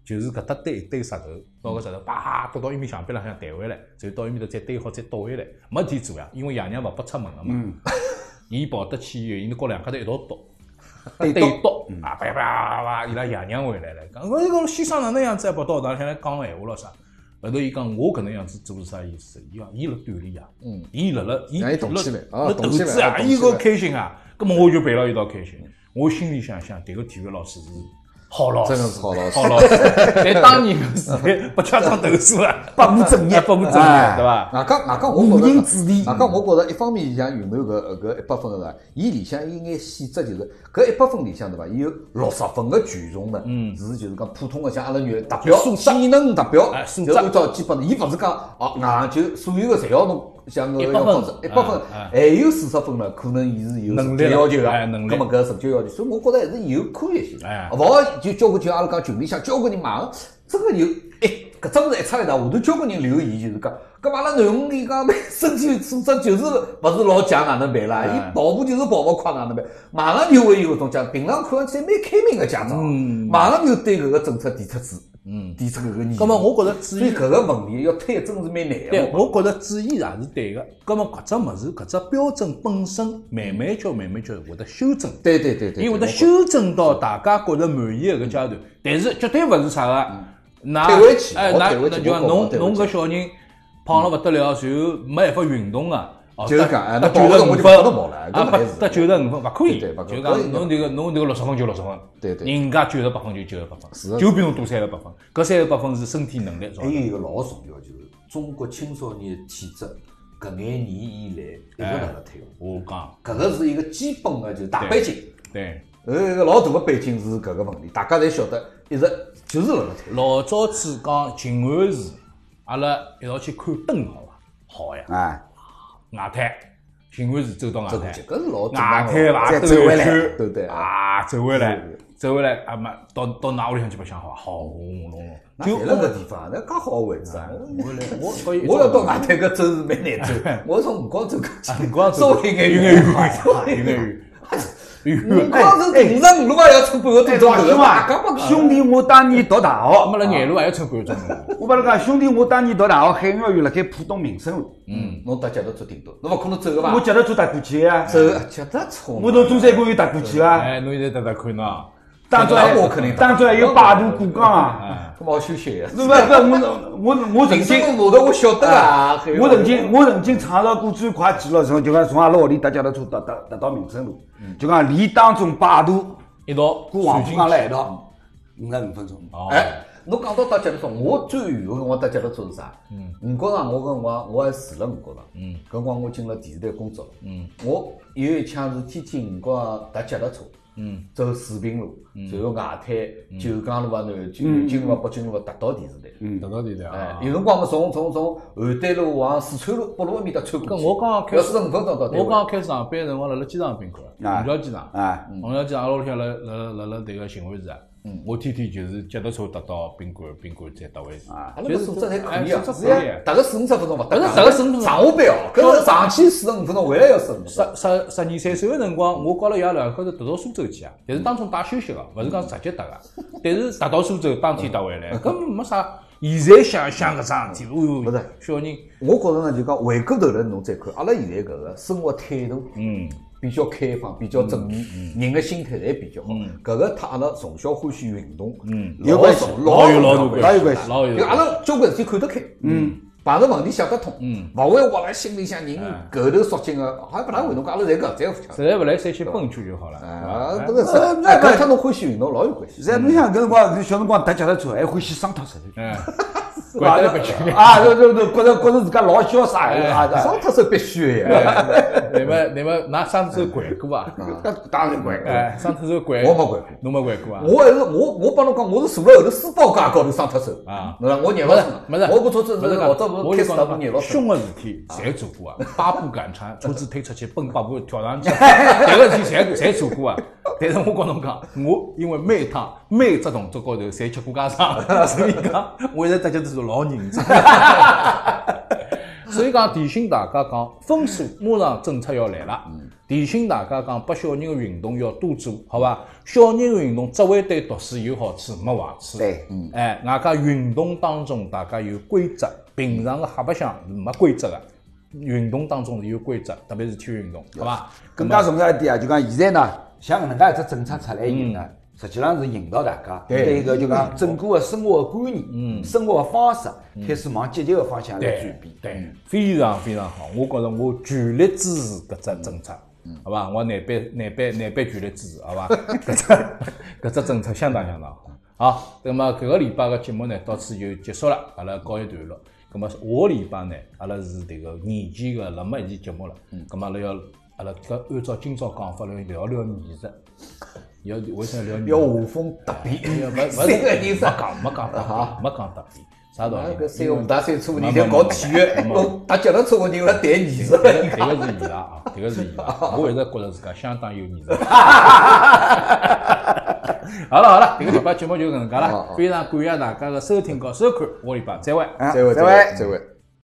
[SPEAKER 1] 就是搿搭堆一堆石头，拿搿石头叭丢到伊面墙壁浪向抬回来，然后到伊面头再堆好再倒回来，没事体做呀，因为爷娘勿拨出门个
[SPEAKER 2] 嗯
[SPEAKER 1] 嘛。伊跑得去以后，伊拿和两家头一道
[SPEAKER 2] *laughs*
[SPEAKER 1] 倒，
[SPEAKER 3] 对
[SPEAKER 1] 对
[SPEAKER 3] 倒
[SPEAKER 1] 倒
[SPEAKER 2] 嗯
[SPEAKER 1] 啊，叭叭叭叭，伊拉爷娘回来了，讲我这个先生哪能样子还跑到学堂里向来讲闲话咯啥？后头伊讲我搿能样子做是啥意思？伊讲伊辣锻炼啊，嗯，伊辣辣伊
[SPEAKER 2] 让伊动起来啊
[SPEAKER 1] 辣
[SPEAKER 2] 动
[SPEAKER 1] 投
[SPEAKER 2] 起
[SPEAKER 1] 资
[SPEAKER 2] 来
[SPEAKER 1] 啊，
[SPEAKER 2] 啊动
[SPEAKER 1] 伊
[SPEAKER 2] 起
[SPEAKER 1] 个
[SPEAKER 2] 来
[SPEAKER 1] 开心啊，葛末我就陪牢伊一道开心。我心里想想，迭个体育老师是好老师，
[SPEAKER 2] 真的是好老师
[SPEAKER 1] 好
[SPEAKER 2] *laughs*
[SPEAKER 1] 老师。但当年搿 *laughs* 时代被家长投诉了，
[SPEAKER 3] 百无正
[SPEAKER 1] *laughs*
[SPEAKER 3] 业，
[SPEAKER 1] 不务正业，
[SPEAKER 2] 哎
[SPEAKER 1] 对伐？
[SPEAKER 2] 外加外加，我
[SPEAKER 3] 五
[SPEAKER 2] 觉
[SPEAKER 3] 人
[SPEAKER 2] 着
[SPEAKER 3] 子弟，
[SPEAKER 2] 外加我觉着一方面像云南搿搿一百分呢，伊里向有眼细则就是搿一百分里向对伐？伊有六十分个权重呢，是就是讲普通个像阿拉原达标
[SPEAKER 1] 素质
[SPEAKER 2] 技能达标
[SPEAKER 1] 哎，素质
[SPEAKER 2] 就按照基本的，伊勿是讲啊硬就所有个侪要侬像搿
[SPEAKER 1] 一
[SPEAKER 2] 个
[SPEAKER 1] 百分
[SPEAKER 2] 考试一百分
[SPEAKER 1] 哎，
[SPEAKER 2] 还有四十分呢，可能伊是有
[SPEAKER 1] 能
[SPEAKER 2] 成
[SPEAKER 1] 力
[SPEAKER 2] 绩
[SPEAKER 1] 了
[SPEAKER 2] 要求个，
[SPEAKER 1] 哎能力
[SPEAKER 2] 葛末搿成绩要求，所以我觉着还是有可以性，
[SPEAKER 1] 哎
[SPEAKER 2] 勿好哦就交关就阿拉讲群里向交关人马上真个有哎，搿真是一出来呢，下头交关人留言就是讲，搿嘛阿拉囡恩伊 *laughs* 讲身体素质就是勿是老强，哪能办啦？
[SPEAKER 1] 哎
[SPEAKER 2] 伊跑步就是跑勿快，哪能办？马上就会有搿种家长，平常看上去蛮开明个家长，
[SPEAKER 1] 嗯
[SPEAKER 2] 马上就对搿个政策提出质，嗯，提出搿个意见。
[SPEAKER 1] 葛末我觉着
[SPEAKER 2] 所
[SPEAKER 1] 注意
[SPEAKER 2] 以搿个问题要推真是蛮难个。
[SPEAKER 1] 对，我觉着注意啊也是对个。葛末搿只物事，搿只标准本身慢慢叫慢慢叫会得修正，
[SPEAKER 2] 对对对对，
[SPEAKER 1] 伊会
[SPEAKER 2] 对
[SPEAKER 1] 得修正到大家觉着满意个搿阶段。但是绝对勿是啥个，那
[SPEAKER 2] 嗯退回去
[SPEAKER 1] 哎，
[SPEAKER 2] 我
[SPEAKER 1] 那
[SPEAKER 2] 退
[SPEAKER 1] 那
[SPEAKER 2] 回去
[SPEAKER 1] 就讲
[SPEAKER 2] 我
[SPEAKER 1] 侬
[SPEAKER 2] 退回
[SPEAKER 1] 侬
[SPEAKER 2] 去
[SPEAKER 1] 搿小人胖了勿得了，然后没办法运动啊。哦
[SPEAKER 2] 就是
[SPEAKER 1] 得
[SPEAKER 2] 讲哎
[SPEAKER 1] 得
[SPEAKER 2] 那跑
[SPEAKER 1] 九
[SPEAKER 2] 不
[SPEAKER 1] 十五
[SPEAKER 2] 动
[SPEAKER 1] 分
[SPEAKER 2] 我就跑得跑了搿
[SPEAKER 1] 啊，
[SPEAKER 2] 么
[SPEAKER 1] 不
[SPEAKER 2] 还是
[SPEAKER 1] 得九十五分勿可以，
[SPEAKER 2] 对对勿可
[SPEAKER 1] 就
[SPEAKER 2] 以
[SPEAKER 1] 讲侬迭个侬迭个六十分就六十分，
[SPEAKER 2] 对对
[SPEAKER 1] 人家九十八分就九十八
[SPEAKER 2] 是哎
[SPEAKER 1] 分，
[SPEAKER 2] 的
[SPEAKER 1] 就比侬多三十八分，搿三十八分是身体能力造
[SPEAKER 3] 还
[SPEAKER 1] 成
[SPEAKER 3] 有
[SPEAKER 1] 的。
[SPEAKER 3] 一个老重要，就是中国青少年的体质，搿眼年以来一直辣辣退化，
[SPEAKER 1] 我讲
[SPEAKER 3] 搿个是一个基本的，就是大背景。
[SPEAKER 1] 对。
[SPEAKER 2] 呃，一个老大个背景是搿个问题，大家侪晓得，一直就是辣辣推。
[SPEAKER 1] 老早子讲静安寺，阿拉一道去看灯好伐？好呀，
[SPEAKER 3] 哎，
[SPEAKER 1] 外滩，静安寺走到外
[SPEAKER 2] 这
[SPEAKER 1] 滩，
[SPEAKER 2] 搿是老正
[SPEAKER 1] 外
[SPEAKER 2] 常
[SPEAKER 1] 滩
[SPEAKER 2] 的
[SPEAKER 1] 伐？
[SPEAKER 2] 再
[SPEAKER 1] 兜
[SPEAKER 2] 走回
[SPEAKER 1] 一
[SPEAKER 2] 来
[SPEAKER 1] 圈，
[SPEAKER 2] 对不对？
[SPEAKER 1] 啊，走回来，走回来，啊嘛，到到㑚屋里向去白相好伐？好，轰隆隆。
[SPEAKER 2] 就
[SPEAKER 3] 就
[SPEAKER 2] 那个地方，那刚好位置啊！
[SPEAKER 1] 我来，我搞一
[SPEAKER 2] 我要到外滩搿真是蛮难走，我从五角走过去，
[SPEAKER 1] 辰光
[SPEAKER 2] 稍微有眼
[SPEAKER 1] 有眼
[SPEAKER 2] 远，
[SPEAKER 1] 远，
[SPEAKER 2] 稍微
[SPEAKER 1] 有眼远，
[SPEAKER 2] 五
[SPEAKER 1] 远。
[SPEAKER 2] 角走五十五路嘛要穿半个多钟头啊！搿不
[SPEAKER 3] 兄弟，我当年读大
[SPEAKER 1] 我
[SPEAKER 3] 学，
[SPEAKER 1] 们辣廿路还要穿半个钟头。
[SPEAKER 3] 我帮侬讲，兄弟，我当年读大学，海洋园辣盖浦东民生路，
[SPEAKER 2] 嗯，侬搭脚踏车顶多，侬勿可能走个伐
[SPEAKER 3] 我？脚踏车踏过去的呀，
[SPEAKER 2] 走脚踏车嘛，
[SPEAKER 3] 啊我从中山公园踏过去啊，
[SPEAKER 1] 哎哎，侬现在搭搭看喏，
[SPEAKER 3] 当中
[SPEAKER 2] 那
[SPEAKER 3] 还
[SPEAKER 2] 哎我肯定踏
[SPEAKER 3] 当中还有摆渡过江啊，
[SPEAKER 2] 搿么好休息个。
[SPEAKER 3] 不不，我我我曾经
[SPEAKER 2] 人，生路头我晓得啊，还有
[SPEAKER 3] 我曾经我曾经创造过最快纪录，从就讲从阿拉屋里搭脚踏车搭搭搭到民生路，
[SPEAKER 2] 嗯
[SPEAKER 3] 就讲连当中摆渡
[SPEAKER 1] 一道
[SPEAKER 3] 跟黄浦江辣一
[SPEAKER 2] 嗯
[SPEAKER 3] 道，五十五分钟。
[SPEAKER 1] 哦，
[SPEAKER 2] 哎，侬讲到搭脚踏车，我最远个辰光搭脚踏车是啥？嗯，五角场，我搿辰光我还住了五角场。嗯，搿辰光我进了电视台工作。嗯，我有一腔是天天五角场搭脚踏车。嗯，走四平路，
[SPEAKER 1] 嗯
[SPEAKER 2] 然后外滩、九江路啊、南京、南京路啊、北京路啊，搭到电视台。
[SPEAKER 1] 嗯，得到地的
[SPEAKER 2] 哎
[SPEAKER 1] 啊，。
[SPEAKER 2] 有辰光么从从从邯郸路往四川路北路埃面搭穿过去。
[SPEAKER 1] 搿我刚刚开
[SPEAKER 2] 要四十五分钟到单位。
[SPEAKER 1] 我刚刚开始上班的辰光，辣辣机场宾馆，
[SPEAKER 3] 啊
[SPEAKER 1] 虹桥机场，
[SPEAKER 3] 啊，
[SPEAKER 1] 虹桥机场阿拉屋里向辣辣辣辣迭个秦淮市啊，
[SPEAKER 2] 嗯
[SPEAKER 1] 我天天就是脚踏车搭到宾馆，宾馆再搭回去啊
[SPEAKER 2] 阿拉搿素质还可以啊，
[SPEAKER 1] 哎素
[SPEAKER 2] 是
[SPEAKER 1] 质可以
[SPEAKER 2] 呀，。大概四五十分钟勿搭
[SPEAKER 1] 但
[SPEAKER 2] 界。
[SPEAKER 1] 是大概45分钟
[SPEAKER 2] 上下班哦，搿是上去四十五分钟，回来要四十五分钟。
[SPEAKER 1] 十十十二三岁个辰光，我跟阿拉爷两口头搭到苏州去啊，但是当中带休息个，勿是讲直接搭
[SPEAKER 2] *laughs*
[SPEAKER 1] 个，但是搭到苏州当天搭回来，根本没啥。现在想想搿桩事体，哦
[SPEAKER 2] 嗯不
[SPEAKER 1] 哟
[SPEAKER 2] 是，
[SPEAKER 1] 小人，
[SPEAKER 2] 我觉着呢，就讲回过头来侬再看，阿拉现在搿个生活态度，嗯，比较开放，比较正面，人个心态侪比较好。搿个他阿拉从小欢喜运动，嗯，
[SPEAKER 3] 有关系
[SPEAKER 1] 有老大
[SPEAKER 2] 老关
[SPEAKER 3] 老有
[SPEAKER 1] 关
[SPEAKER 3] 关
[SPEAKER 1] 系
[SPEAKER 3] 系，
[SPEAKER 1] 老有
[SPEAKER 2] 就阿
[SPEAKER 1] 关系。
[SPEAKER 2] 拉交关事体看得开，嗯，碰着问题想得通，嗯，勿会活辣心里向人狗头缩进个，好像勿大会侬讲阿拉侪搿侪勿
[SPEAKER 1] 实在勿来山西奔一圈就好了。
[SPEAKER 2] 啊，不是是，
[SPEAKER 3] 哎
[SPEAKER 2] 哎，搿跟侬欢喜运动老有关系。
[SPEAKER 3] 现在侬想搿辰光，小辰光踏脚踏车还欢喜伤脱石头。
[SPEAKER 1] 嗯，怪得不去。
[SPEAKER 3] 啊，对对对，觉着觉着自家老潇洒啊！啊
[SPEAKER 2] 双脱手必须的呀，
[SPEAKER 1] *laughs* 你们你们拿双手拐过啊
[SPEAKER 2] *laughs*
[SPEAKER 1] 伐？
[SPEAKER 3] 搿当然怪。
[SPEAKER 1] 哎，双脱手拐，
[SPEAKER 2] 我没拐过，
[SPEAKER 1] 侬没拐过啊？
[SPEAKER 2] 我还是我我帮侬讲，我是坐了后头书包架高头伤脱手
[SPEAKER 1] 啊
[SPEAKER 2] 侬讲我廿
[SPEAKER 1] 不
[SPEAKER 2] 老
[SPEAKER 1] 是
[SPEAKER 2] 师嘛，
[SPEAKER 1] 不是，
[SPEAKER 2] 我部车子
[SPEAKER 1] 不是
[SPEAKER 2] 老早
[SPEAKER 1] 我
[SPEAKER 2] 不
[SPEAKER 1] 就是讲
[SPEAKER 2] 开始打部廿老师嘛，
[SPEAKER 1] 凶的事体侪做过啊， *laughs* 八步赶穿，车子推出去，奔八步跳
[SPEAKER 2] *laughs*
[SPEAKER 1] 上去，迭个事体侪侪做过啊。但是我跟侬讲，我因为每一趟每一只动作高头侪吃过家
[SPEAKER 2] *laughs*
[SPEAKER 1] 常，所以讲我现在大家都是老认真。所以讲提醒大家讲，分数马上政策要来了。提醒大家讲，拨小人的运动要多做，好伐？小人的运动只会对读书有好处，没坏处。
[SPEAKER 3] 对
[SPEAKER 1] 嗯，哎，外加运动当中大家有规则，平常的瞎白相是没规则的。运动当中是有规则，特别是体育运动，好伐？
[SPEAKER 3] 更加重要一点啊，就讲现在呢，像搿能介一只政策出来以后呢，实际上是引导大家对一个就讲整个的生活的观念、生活的方式开始往积极的方
[SPEAKER 2] 嗯
[SPEAKER 3] 向来
[SPEAKER 1] 对
[SPEAKER 3] 转变。
[SPEAKER 1] 对，非常非常好，我觉着我全力支持搿只政策，
[SPEAKER 2] 嗯
[SPEAKER 1] 好伐？我南北南北南北全力支持，好
[SPEAKER 2] *laughs*
[SPEAKER 1] 伐？搿只搿只政策相当相当好。好，那么搿个礼拜个节目呢，到此就结束了，阿拉告一段落。那么下个礼拜呢，阿拉是迭个年前个辣么一期节目了，
[SPEAKER 2] 嗯
[SPEAKER 1] 那么阿拉要阿拉搿按照今朝讲法来聊聊美食，要为啥聊美食？
[SPEAKER 2] 要画风突变，
[SPEAKER 1] 勿勿是
[SPEAKER 2] 三个人
[SPEAKER 1] 没
[SPEAKER 2] 上
[SPEAKER 1] 讲没讲特别，没讲特别，啥道
[SPEAKER 2] 啊
[SPEAKER 1] 理呢？
[SPEAKER 2] 搿三个五大三粗，
[SPEAKER 1] 没
[SPEAKER 2] 你在搞体育
[SPEAKER 1] 没没，
[SPEAKER 2] 侬搭脚踏车，我人要谈艺术。
[SPEAKER 1] 迭个是伊拉啊，迭个是伊拉，我一直觉着自家相当有艺术。 *laughs* 好了好了，迭个礼拜节目就搿能介了，非常感谢大家的收听和收看，下个礼拜再会。
[SPEAKER 3] 啊
[SPEAKER 2] 再会，
[SPEAKER 3] 再会
[SPEAKER 2] 再会。